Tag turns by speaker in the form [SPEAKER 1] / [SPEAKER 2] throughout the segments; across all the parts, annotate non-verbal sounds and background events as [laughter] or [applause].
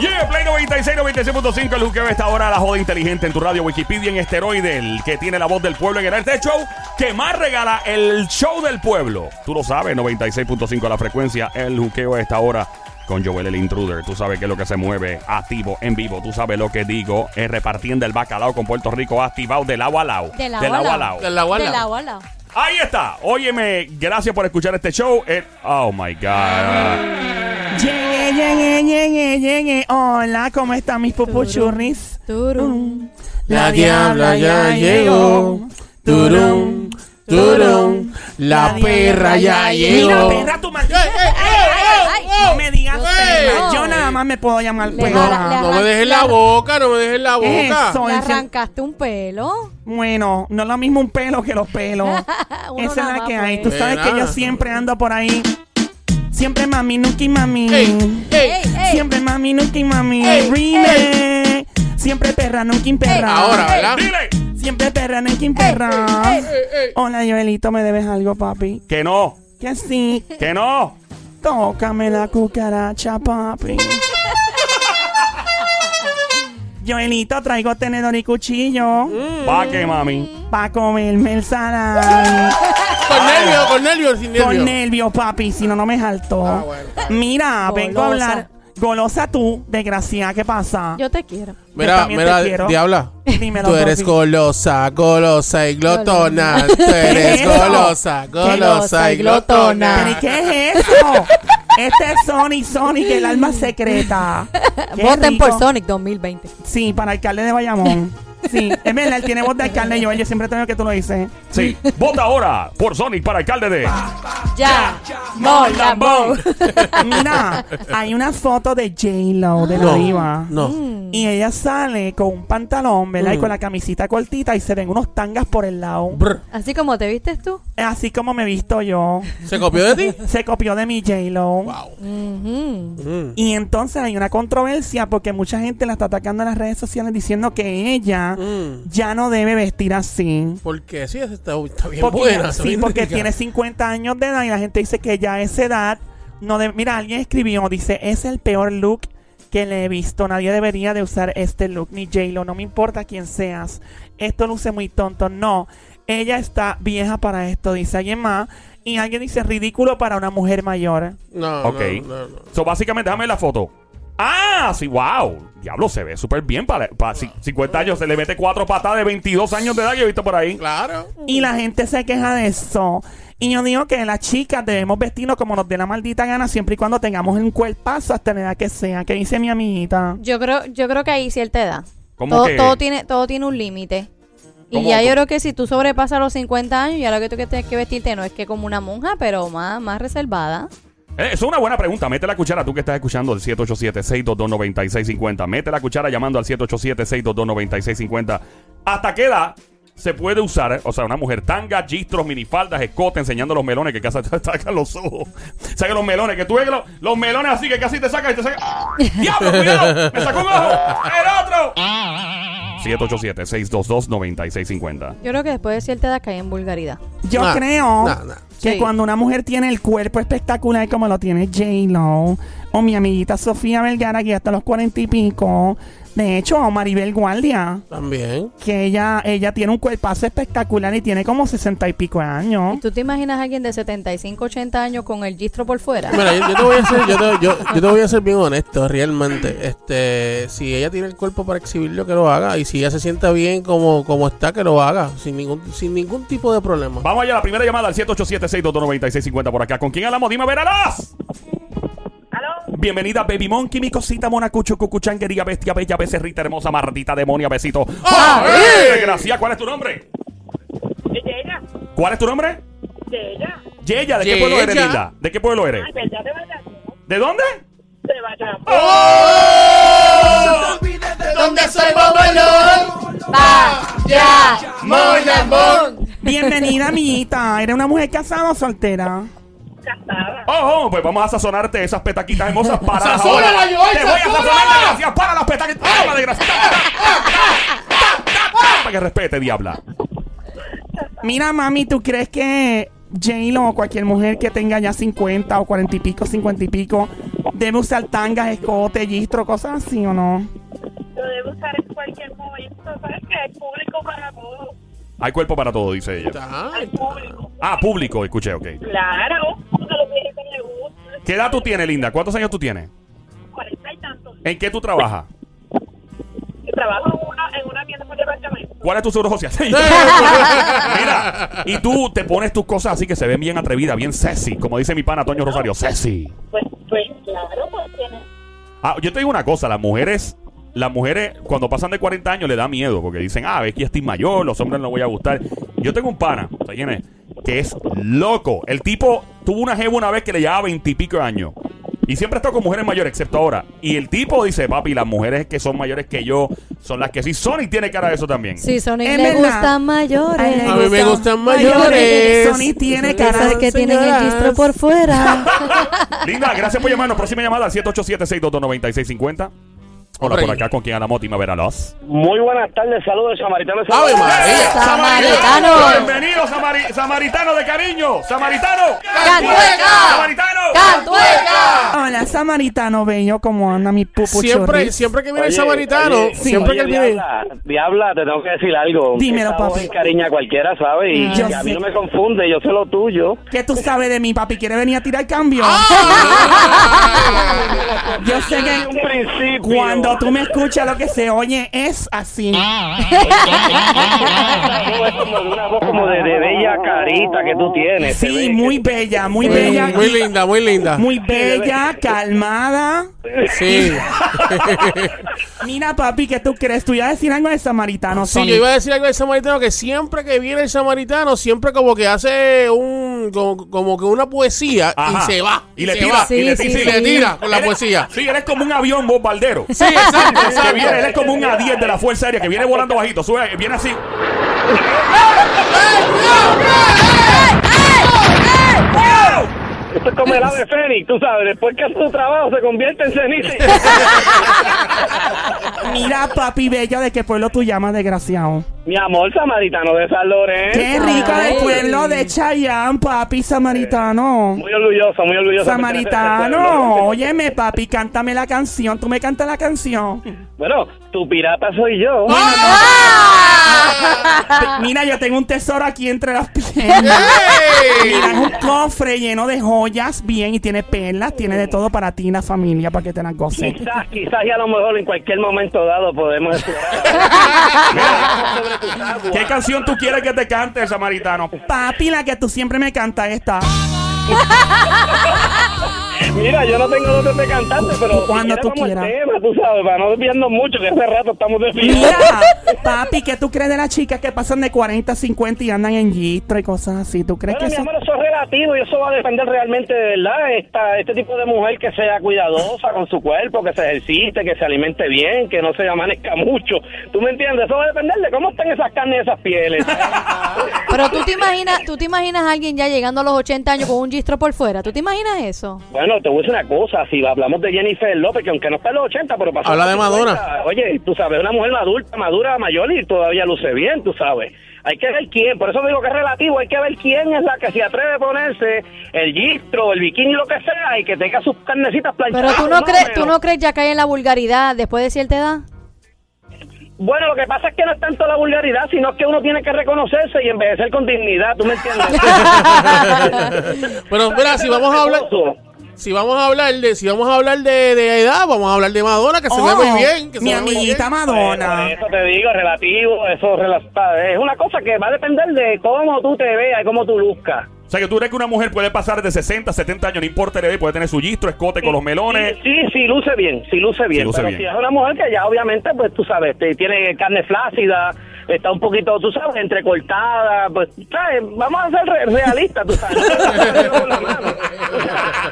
[SPEAKER 1] Yeah, Play 96, 96.5, el juqueo esta hora, la joda inteligente en tu radio Wikipedia en esteroide, el que tiene la voz del pueblo en el este show, que más regala el show del pueblo. Tú lo sabes, 96.5 la frecuencia, el juqueo a esta hora con Joel el Intruder. Tú sabes que es lo que se mueve, activo, en vivo, tú sabes lo que digo, es repartiendo el bacalao con Puerto Rico, activado del agua al lado.
[SPEAKER 2] Del lado
[SPEAKER 1] agua
[SPEAKER 2] al lado.
[SPEAKER 1] al lado.
[SPEAKER 3] Del agua al
[SPEAKER 2] Del
[SPEAKER 3] lado.
[SPEAKER 2] lado al lado.
[SPEAKER 1] Ahí está. Óyeme, gracias por escuchar este show. Eh, oh my God.
[SPEAKER 4] Llegué, llegué, llegué, llegué. Hola, ¿cómo están mis pupuchurris?
[SPEAKER 2] Turum.
[SPEAKER 3] La diabla ya llegó. Turum, turum. La perra ya
[SPEAKER 4] Mira,
[SPEAKER 3] llegó.
[SPEAKER 4] perra, tu maldita.
[SPEAKER 3] ¡Ey, ey,
[SPEAKER 2] ey, ey!
[SPEAKER 4] No me digas
[SPEAKER 2] Ey.
[SPEAKER 4] perra.
[SPEAKER 2] No.
[SPEAKER 4] Yo nada más me puedo llamar
[SPEAKER 2] Le
[SPEAKER 4] perra.
[SPEAKER 2] jala-
[SPEAKER 3] No me dejes la boca, no me dejes la boca.
[SPEAKER 4] Eso.
[SPEAKER 2] ¿Le
[SPEAKER 4] Entonces-
[SPEAKER 2] arrancaste un pelo?
[SPEAKER 4] Bueno, no es lo mismo un pelo que los pelos.
[SPEAKER 2] Uno
[SPEAKER 4] Esa
[SPEAKER 2] nada
[SPEAKER 4] es la
[SPEAKER 2] más,
[SPEAKER 4] que
[SPEAKER 2] pues.
[SPEAKER 4] hay. Tú sabes que
[SPEAKER 3] Verá.
[SPEAKER 4] yo siempre ando por ahí. Siempre mami, nuki mami.
[SPEAKER 3] Ey,
[SPEAKER 2] Ey,
[SPEAKER 3] ey.
[SPEAKER 2] ey.
[SPEAKER 4] Siempre mami, nuki mami.
[SPEAKER 3] Ey,
[SPEAKER 4] Rime. Siempre perra, nuki perra.
[SPEAKER 3] Ahora,
[SPEAKER 2] Ey.
[SPEAKER 3] ¿verdad?
[SPEAKER 1] Dile
[SPEAKER 4] Siempre perra, nuki perra.
[SPEAKER 2] ey,
[SPEAKER 4] Hola, Joelito, ¿me debes algo, papi?
[SPEAKER 1] que no,
[SPEAKER 4] Que sí.
[SPEAKER 1] que no.
[SPEAKER 4] Tócame la cucaracha, papi. Joelito, traigo tenedor y cuchillo
[SPEAKER 1] Va
[SPEAKER 3] Mm.
[SPEAKER 1] que mami.
[SPEAKER 4] para comerme el salami.
[SPEAKER 3] Con nervio, con nervio, sin
[SPEAKER 4] Con
[SPEAKER 3] nervio.
[SPEAKER 4] nervios, papi, si no, no me saltó.
[SPEAKER 3] Ah, bueno, está
[SPEAKER 4] Mira, vengo a
[SPEAKER 2] Golosa.
[SPEAKER 4] hablar. Golosa tú, desgraciada, ¿qué pasa?
[SPEAKER 2] Yo te quiero.
[SPEAKER 3] Mira,
[SPEAKER 4] también te
[SPEAKER 3] mira,
[SPEAKER 4] quiero.
[SPEAKER 3] diabla.
[SPEAKER 4] Dímelo,
[SPEAKER 3] Tú eres
[SPEAKER 4] papi.
[SPEAKER 3] golosa, golosa y [laughs] glotona. Tú eres
[SPEAKER 4] Eso.
[SPEAKER 3] golosa, golosa y
[SPEAKER 4] ¿Pero y
[SPEAKER 3] glotona.
[SPEAKER 4] qué es eso? este es Sonic, Sonic, el
[SPEAKER 2] [laughs]
[SPEAKER 4] alma secreta. Qué
[SPEAKER 2] Voten
[SPEAKER 4] rico.
[SPEAKER 2] por Sonic 2020.
[SPEAKER 4] Sí, para alcalde de Bayamón. Sí, es verdad, él tiene voz de alcalde, Joel. Yo siempre tengo que tú lo dices.
[SPEAKER 1] Sí. Vota ahora por Sonic para alcalde de.
[SPEAKER 3] Ah,
[SPEAKER 2] Ya.
[SPEAKER 1] Mon Lambón.
[SPEAKER 4] Mira, hay una foto de J-Lo de la diva.
[SPEAKER 3] No. Mm.
[SPEAKER 4] Y ella sale con un pantalón, ¿verdad? Y con la camisita cortita y se ven unos tangas por el lado.
[SPEAKER 3] Brr.
[SPEAKER 2] [laughs] Así como te vistes tú.
[SPEAKER 4] Así como me he visto yo.
[SPEAKER 3] ¿Se copió de ti?
[SPEAKER 4] Se copió de mi J-Lo.
[SPEAKER 3] Wow.
[SPEAKER 2] Ujú.
[SPEAKER 3] Mm.
[SPEAKER 4] Y entonces hay una controversia porque mucha gente la está atacando en las redes sociales diciendo que ella
[SPEAKER 3] Mm.
[SPEAKER 4] ya no debe vestir así.
[SPEAKER 3] Porque sí, esa está, está bien
[SPEAKER 4] Porque,
[SPEAKER 3] buena. está
[SPEAKER 4] sí,
[SPEAKER 3] bien
[SPEAKER 4] porque
[SPEAKER 3] rica.
[SPEAKER 4] tiene 50 años de edad y la gente dice que ya a esa edad no debe- Mira, alguien escribió, dice, es el peor look que le he visto. Nadie debería de usar este look, ni J-Lo, no me importa quién seas. Esto luce muy tonto. No, ella está vieja para esto, dice alguien más. Y alguien dice, ridículo para una mujer mayor.
[SPEAKER 3] No,
[SPEAKER 1] Ok.
[SPEAKER 3] no, no, no.
[SPEAKER 1] So, básicamente, déjame ver la foto. Ah, sí, wow. Diablo, se ve súper bien para, para ci- 50 años. Se le mete cuatro patadas de 22 años de edad que he visto por ahí.
[SPEAKER 3] Claro.
[SPEAKER 4] Y la gente se queja de eso. Y yo digo que las chicas debemos vestirnos como nos dé la maldita gana siempre y cuando tengamos un cuerpazo hasta la edad que sea. ¿Qué dice mi amiguita?
[SPEAKER 2] Yo creo, yo creo que hay cierta edad.
[SPEAKER 1] ¿Cómo
[SPEAKER 2] todo,
[SPEAKER 1] que?
[SPEAKER 2] todo tiene, todo tiene un límite. Y
[SPEAKER 1] ¿Cómo-
[SPEAKER 2] ya yo
[SPEAKER 1] cómo?
[SPEAKER 2] creo que si tú sobrepasas los 50 años, ya lo que tú que tienes que vestirte no es que como una monja, pero más, más reservada.
[SPEAKER 1] Eh, eso es una buena pregunta. Mete la cuchara, tú que estás escuchando el 787-622-9650. Mete la cuchara llamando al 787-622-9650. ¿Hasta qué edad se puede usar, o sea, una mujer tanga, gistros, minifaldas, escote, enseñando los melones que casi [laughs] te sacan los ojos? Saca los melones, que tú ves que lo- los melones así que casi te sacan y te sacan. ¡Diablo, cuidado! ¡Me sacó un ojo! ¡El otro! 787-622-9650.
[SPEAKER 2] Yo creo que después de cierta edad cae en vulgaridad.
[SPEAKER 4] Yo
[SPEAKER 3] Nah,
[SPEAKER 4] creo
[SPEAKER 3] nah, nah.
[SPEAKER 4] que
[SPEAKER 2] Sí.
[SPEAKER 4] cuando una mujer tiene el cuerpo espectacular como lo tiene J-Lo o mi amiguita Sofía Vergara, que ya está a los cuarenta y pico, de hecho, o Maribel Guardia,
[SPEAKER 3] También.
[SPEAKER 4] que ella, ella tiene un cuerpazo espectacular y tiene como sesenta y pico de años.
[SPEAKER 2] ¿Tú te imaginas a alguien de 75, 80 años con el gistro por fuera?
[SPEAKER 3] Mira, yo, yo te voy a ser, yo te, yo- yo te voy a ser bien honesto, realmente. Este, si ella tiene el cuerpo para exhibirlo, que lo haga. Y si ella se sienta bien como, como está, que lo haga. Sin ningún, sin ningún tipo de problema.
[SPEAKER 1] Vamos allá, la primera llamada al 787-622-9650 por acá. ¿Con quién hablamos? Dime, Veralas.
[SPEAKER 5] ¿Aló?
[SPEAKER 1] Bienvenida, Baby Monkey, mi cosita, mona, cuchu, cucu, changuería, bestia, bella, becerrita, hermosa, mardita, demonia, besito.
[SPEAKER 3] ¡Ah, eh!
[SPEAKER 1] Gracias, ¿cuál es tu nombre?
[SPEAKER 5] ¿Es de ella?
[SPEAKER 1] ¿Cuál es tu nombre?
[SPEAKER 5] ¿De ella?
[SPEAKER 1] Yeya, ¿de qué
[SPEAKER 3] Yeya.
[SPEAKER 1] pueblo eres, linda? ¿De qué pueblo eres?
[SPEAKER 5] Ay, ¿verdad? ¿De verdad?
[SPEAKER 1] ¿De dónde?
[SPEAKER 5] ¿De verdad?
[SPEAKER 3] ¿Dónde soy bobolón? ¡Ya!
[SPEAKER 4] Bienvenida, amiguita. ¿Eres una mujer casada o soltera?
[SPEAKER 5] Casada.
[SPEAKER 1] ¡Oh, oh, pues vamos a sazonarte esas petaquitas hermosas para
[SPEAKER 3] ¡Sazónala,
[SPEAKER 1] ahora.
[SPEAKER 3] Joel,
[SPEAKER 1] ¡Te voy a
[SPEAKER 3] sazónala!
[SPEAKER 1] sazonar, desgraciada! ¡Para las petaquitas! ¡Toma, desgraciada! ¡Ta, ta, ta, ta, ta! Para que respete, diabla.
[SPEAKER 4] Mira, mami, ¿tú crees que J-Lo o cualquier mujer que tenga ya 50 o 40 y pico, 50 y pico, debe usar tangas, escote, gistro, cosas así o no.
[SPEAKER 5] Lo debe usar en cualquier momento. ¿Sabes qué? Hay público para todo.
[SPEAKER 1] Hay cuerpo para todo, dice ella.
[SPEAKER 3] Está-
[SPEAKER 5] Hay público.
[SPEAKER 1] Ah, público, escuché, ok.
[SPEAKER 5] Claro. A los viejitos les gusta.
[SPEAKER 1] ¿Qué edad tú tienes, Linda? ¿Cuántos años tú tienes?
[SPEAKER 5] Cuarenta y tantos.
[SPEAKER 1] ¿En qué tú trabajas?
[SPEAKER 5] Y trabajo en una, en una tienda por departamento.
[SPEAKER 1] ¿Cuál es tu seguro social? [laughs] Mira, y tú te pones tus cosas así que se ven bien atrevidas, bien sexy, como dice mi pana Toño Rosario, sexy.
[SPEAKER 5] Pues, pues claro, pues tiene.
[SPEAKER 1] Ah, yo te digo una cosa, las mujeres, las mujeres cuando pasan de 40 años le da miedo porque dicen, ah, ves que ya estoy mayor, los hombres no voy a gustar. Yo tengo un pana, ¿sabes quién es? Que es loco. El tipo tuvo una jeva una vez que le llevaba 20 y pico de años. Y siempre ha estado con mujeres mayores, excepto ahora. Y el tipo dice, papi, las mujeres que son mayores que yo son las que sí. Sonic tiene cara de eso también.
[SPEAKER 2] Sí, Sonic
[SPEAKER 4] Es
[SPEAKER 2] le
[SPEAKER 4] verdad.
[SPEAKER 2] gustan
[SPEAKER 4] Ay, le
[SPEAKER 2] mayores.
[SPEAKER 3] A mí me gustan mayores.
[SPEAKER 4] Sony tiene cara
[SPEAKER 2] Esas
[SPEAKER 4] de
[SPEAKER 2] que tienen el
[SPEAKER 3] señoras.
[SPEAKER 2] registro por fuera. [laughs]
[SPEAKER 1] Linda, gracias por llamarnos. Próxima llamada al 787-622-9650. Hola,
[SPEAKER 3] Hombre.
[SPEAKER 1] por acá, ¿con quién hablamos? Tima Veralos.
[SPEAKER 6] Muy buenas tardes, saludos samaritanos.
[SPEAKER 3] ¡Ave María!
[SPEAKER 2] Samaritano.
[SPEAKER 1] Bienvenido, Samari- samaritano de cariño. Samaritano.
[SPEAKER 2] ¡Cantueca!
[SPEAKER 1] Samaritano.
[SPEAKER 2] ¡Cantueca!
[SPEAKER 4] Hola, samaritano bello, como anda mi pupu
[SPEAKER 3] Siempre,
[SPEAKER 4] chorris.
[SPEAKER 3] siempre que viene el
[SPEAKER 6] Oye,
[SPEAKER 3] samaritano,
[SPEAKER 6] oye,
[SPEAKER 3] siempre
[SPEAKER 6] oye,
[SPEAKER 3] que él viene.
[SPEAKER 6] Diabla, Diabla, te tengo que decir algo.
[SPEAKER 4] Dímelo,
[SPEAKER 6] Esa voz
[SPEAKER 4] papi.
[SPEAKER 6] encariña a cualquiera, ¿sabes? Y,
[SPEAKER 4] Yo
[SPEAKER 6] y a mí
[SPEAKER 4] sé.
[SPEAKER 6] no me confunde, yo sé lo tuyo.
[SPEAKER 4] ¿Qué tú sabes de mí, papi? ¿Quiere venir a tirar cambio?
[SPEAKER 3] Ah, [laughs]
[SPEAKER 4] Yo sé
[SPEAKER 6] Desde un
[SPEAKER 4] que
[SPEAKER 6] principio.
[SPEAKER 4] cuando tú me escuchas lo que se oye es así.
[SPEAKER 3] Ah,
[SPEAKER 6] Esa voz es como de Una voz como de, de bella carita que tú tienes. se ve
[SPEAKER 4] Sí,
[SPEAKER 6] que-
[SPEAKER 4] muy bella, muy
[SPEAKER 3] Sí,
[SPEAKER 4] bella.
[SPEAKER 3] Muy linda, muy linda.
[SPEAKER 4] Muy bella, calmada.
[SPEAKER 3] [laughs] Sí.
[SPEAKER 4] Mira, papi, ¿qué tú crees? Tú ibas a decir algo de samaritano,
[SPEAKER 3] Sí,
[SPEAKER 4] Sony.
[SPEAKER 3] yo iba a decir algo del samaritano, que siempre que viene el samaritano, siempre como que hace un, como, como que una poesía
[SPEAKER 1] Ajá.
[SPEAKER 3] y se va.
[SPEAKER 1] Y le
[SPEAKER 3] se
[SPEAKER 1] tira.
[SPEAKER 3] va.
[SPEAKER 1] y le
[SPEAKER 2] Sí, sí,
[SPEAKER 1] tira.
[SPEAKER 3] Y le tira con la
[SPEAKER 1] Eres-
[SPEAKER 3] poesía.
[SPEAKER 1] Sí, eres como un
[SPEAKER 2] [laughs]
[SPEAKER 1] avión bombardero.
[SPEAKER 3] Sí, exacto,
[SPEAKER 1] Que viene,
[SPEAKER 3] exacto.
[SPEAKER 1] él es como un A10 de la Fuerza Aérea que viene volando bajito. Sube, viene así.
[SPEAKER 6] Esto es como el ave fénix, tú sabes. Después que hace tu trabajo, se convierte en ceniza.
[SPEAKER 4] [laughs] Mira, papi, bella, ¿de qué pueblo tú llamas, desgraciado?
[SPEAKER 6] Mi amor, samaritano de San Lorenzo.
[SPEAKER 4] Qué rico
[SPEAKER 2] Ay.
[SPEAKER 4] del pueblo de Chayán, papi, samaritano.
[SPEAKER 6] Muy orgulloso, muy orgulloso.
[SPEAKER 4] Samaritano, óyeme, papi, cántame la canción. Tú me cantas la canción.
[SPEAKER 6] [laughs] Bueno, tu pirata soy yo.
[SPEAKER 4] Mira, yo tengo un tesoro aquí entre las piernas. Mira, es un cofre lleno de joyas, bien, y tiene perlas, tiene de todo para ti y la familia, para que te las goces.
[SPEAKER 6] Quizás, quizás y a lo mejor en cualquier momento dado podemos explorar.
[SPEAKER 4] [laughs]
[SPEAKER 6] Sobre tus aguas.
[SPEAKER 1] ¿Qué canción tú quieres que te cante, Samaritano?
[SPEAKER 4] Papi, la que tú siempre me cantas esta.
[SPEAKER 6] Mira, yo no tengo dotes de cantante, pero
[SPEAKER 4] Cuando tú
[SPEAKER 6] vamos al
[SPEAKER 4] quieras.
[SPEAKER 6] tema, tú sabes, para no desviarnos mucho, que hace rato estamos desviando.
[SPEAKER 4] Mira, papi, ¿qué tú crees de las chicas que pasan de 40 a 50 y andan en gistro y cosas así? ¿Tú crees
[SPEAKER 6] Bueno, mi
[SPEAKER 4] que eso...
[SPEAKER 6] amor, eso es relativo y eso va a depender realmente de verdad. Esta, este tipo de mujer que sea cuidadosa con su cuerpo, que se ejercite, que se alimente bien, que no se amanezca mucho. ¿Tú me entiendes? Eso va a depender de cómo están esas carnes y esas
[SPEAKER 4] [laughs]
[SPEAKER 6] pieles.
[SPEAKER 2] Pero tú te imaginas, tú te imaginas a alguien ya llegando a los 80 años con un gistro por fuera. ¿Tú te imaginas eso?
[SPEAKER 6] Bueno, te voy a decir una cosa, si hablamos de Jennifer López, que aunque no está en los 80, pero pasó...
[SPEAKER 3] Habla de
[SPEAKER 6] los 50,
[SPEAKER 3] Madonna.
[SPEAKER 6] Oye, tú sabes, una mujer adulta, madura, mayor y todavía luce bien, tú sabes. Hay que ver quién, por eso digo que es relativo, hay que ver quién es la que se atreve a ponerse el gistro, el bikini, lo que sea, y que tenga sus carnecitas planchadas.
[SPEAKER 2] Pero tú no
[SPEAKER 6] o
[SPEAKER 2] crees, tú
[SPEAKER 6] menos.
[SPEAKER 2] no crees ya cae en la vulgaridad después de cierta edad.
[SPEAKER 6] Bueno, lo que pasa es que no es tanto la vulgaridad, sino que uno tiene que reconocerse y envejecer con dignidad, ¿tú me entiendes?
[SPEAKER 3] [laughs] [laughs]
[SPEAKER 2] [laughs]
[SPEAKER 3] Pero mira, si vamos a hablar, si vamos a hablar de, si vamos a hablar de, de edad, vamos a hablar de Madonna, que se ve
[SPEAKER 4] Oh,
[SPEAKER 3] muy bien. Que se
[SPEAKER 4] mi
[SPEAKER 3] ve muy
[SPEAKER 4] amiguita
[SPEAKER 3] bien.
[SPEAKER 4] Madonna.
[SPEAKER 6] Bueno, Pues, eso te digo, relativo, eso relata- es una cosa que va a depender de cómo tú te veas y cómo tú luzcas.
[SPEAKER 1] O sea, que tú crees que una mujer puede pasar de 60 a 70 años, no importa el edad, y puede tener su gistro, escote con los melones.
[SPEAKER 6] Sí, sí, sí, luce bien, sí luce bien,
[SPEAKER 1] luce
[SPEAKER 6] pero
[SPEAKER 1] bien.
[SPEAKER 6] si es una mujer que ya obviamente, pues tú sabes, te- tiene carne flácida, está un poquito, tú sabes, entrecortada, pues, ¿sabes? Vamos a ser re- realistas, tú sabes. [laughs]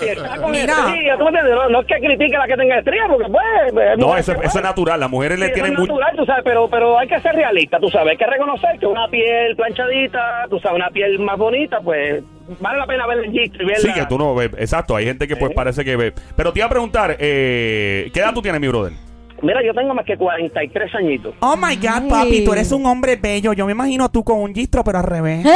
[SPEAKER 6] Si está con
[SPEAKER 4] Mira.
[SPEAKER 6] estrías, ¿tú me entiendes? No, no es que critique a la que tenga estrías, porque pues...
[SPEAKER 1] No, eso, eso es natural. Las mujeres le
[SPEAKER 6] Sí, eso
[SPEAKER 1] tienen
[SPEAKER 6] es
[SPEAKER 1] mucho.
[SPEAKER 6] natural, tú sabes, pero, pero hay que ser realista, tú sabes, hay que reconocer que una piel planchadita, tú sabes, una piel más bonita, pues vale la pena ver el gistro y verla.
[SPEAKER 1] Sí, que tú no ves. Exacto, hay gente que pues parece que ve. Pero te iba a preguntar, eh, ¿qué edad tú tienes, mi brother?
[SPEAKER 6] Mira, yo tengo más que 43 añitos.
[SPEAKER 4] Oh my God, papi, tú eres un hombre bello. Yo me imagino tú con un gistro, pero al revés.